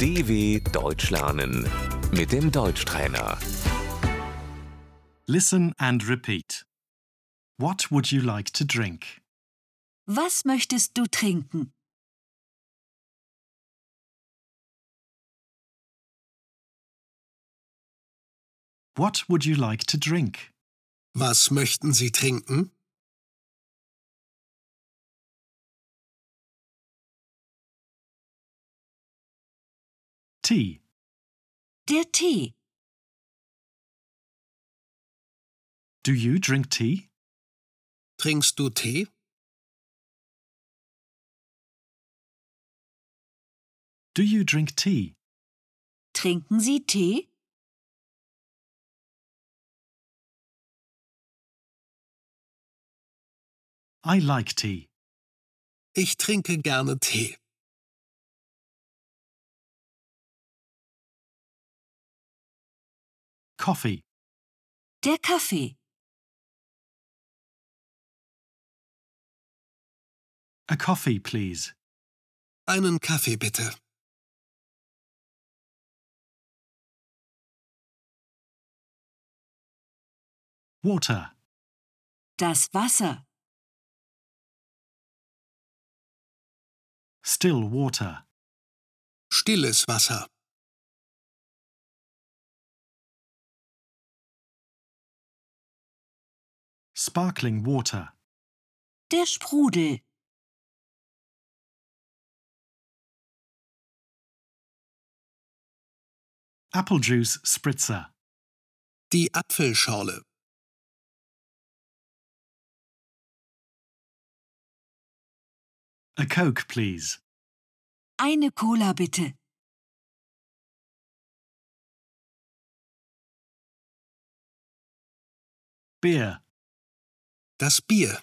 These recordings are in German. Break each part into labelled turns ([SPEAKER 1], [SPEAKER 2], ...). [SPEAKER 1] DW Deutsch lernen mit dem Deutschtrainer.
[SPEAKER 2] Listen and repeat. What would you like to drink?
[SPEAKER 3] Was möchtest du trinken?
[SPEAKER 2] What would you like to drink?
[SPEAKER 4] Was möchten Sie trinken?
[SPEAKER 2] Tea.
[SPEAKER 3] Der Tee.
[SPEAKER 2] Do you drink tea?
[SPEAKER 4] Trinkst du Tee?
[SPEAKER 2] Do you drink tea?
[SPEAKER 3] Trinken Sie Tee?
[SPEAKER 2] I like tea.
[SPEAKER 4] Ich trinke gerne Tee.
[SPEAKER 2] Coffee.
[SPEAKER 3] Der Kaffee.
[SPEAKER 2] A coffee, please.
[SPEAKER 4] Einen Kaffee bitte.
[SPEAKER 2] Water.
[SPEAKER 3] Das Wasser.
[SPEAKER 2] Still water.
[SPEAKER 4] Stilles Wasser.
[SPEAKER 2] Sparkling water.
[SPEAKER 3] Der Sprudel.
[SPEAKER 2] Apple juice spritzer.
[SPEAKER 4] Die Apfelschorle.
[SPEAKER 2] A Coke, please.
[SPEAKER 3] Eine Cola bitte.
[SPEAKER 2] Beer.
[SPEAKER 4] Das Bier.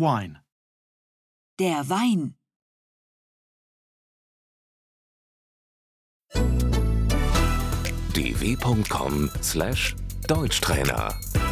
[SPEAKER 2] Wine.
[SPEAKER 3] Der Wein.
[SPEAKER 1] dw.com/deutschtrainer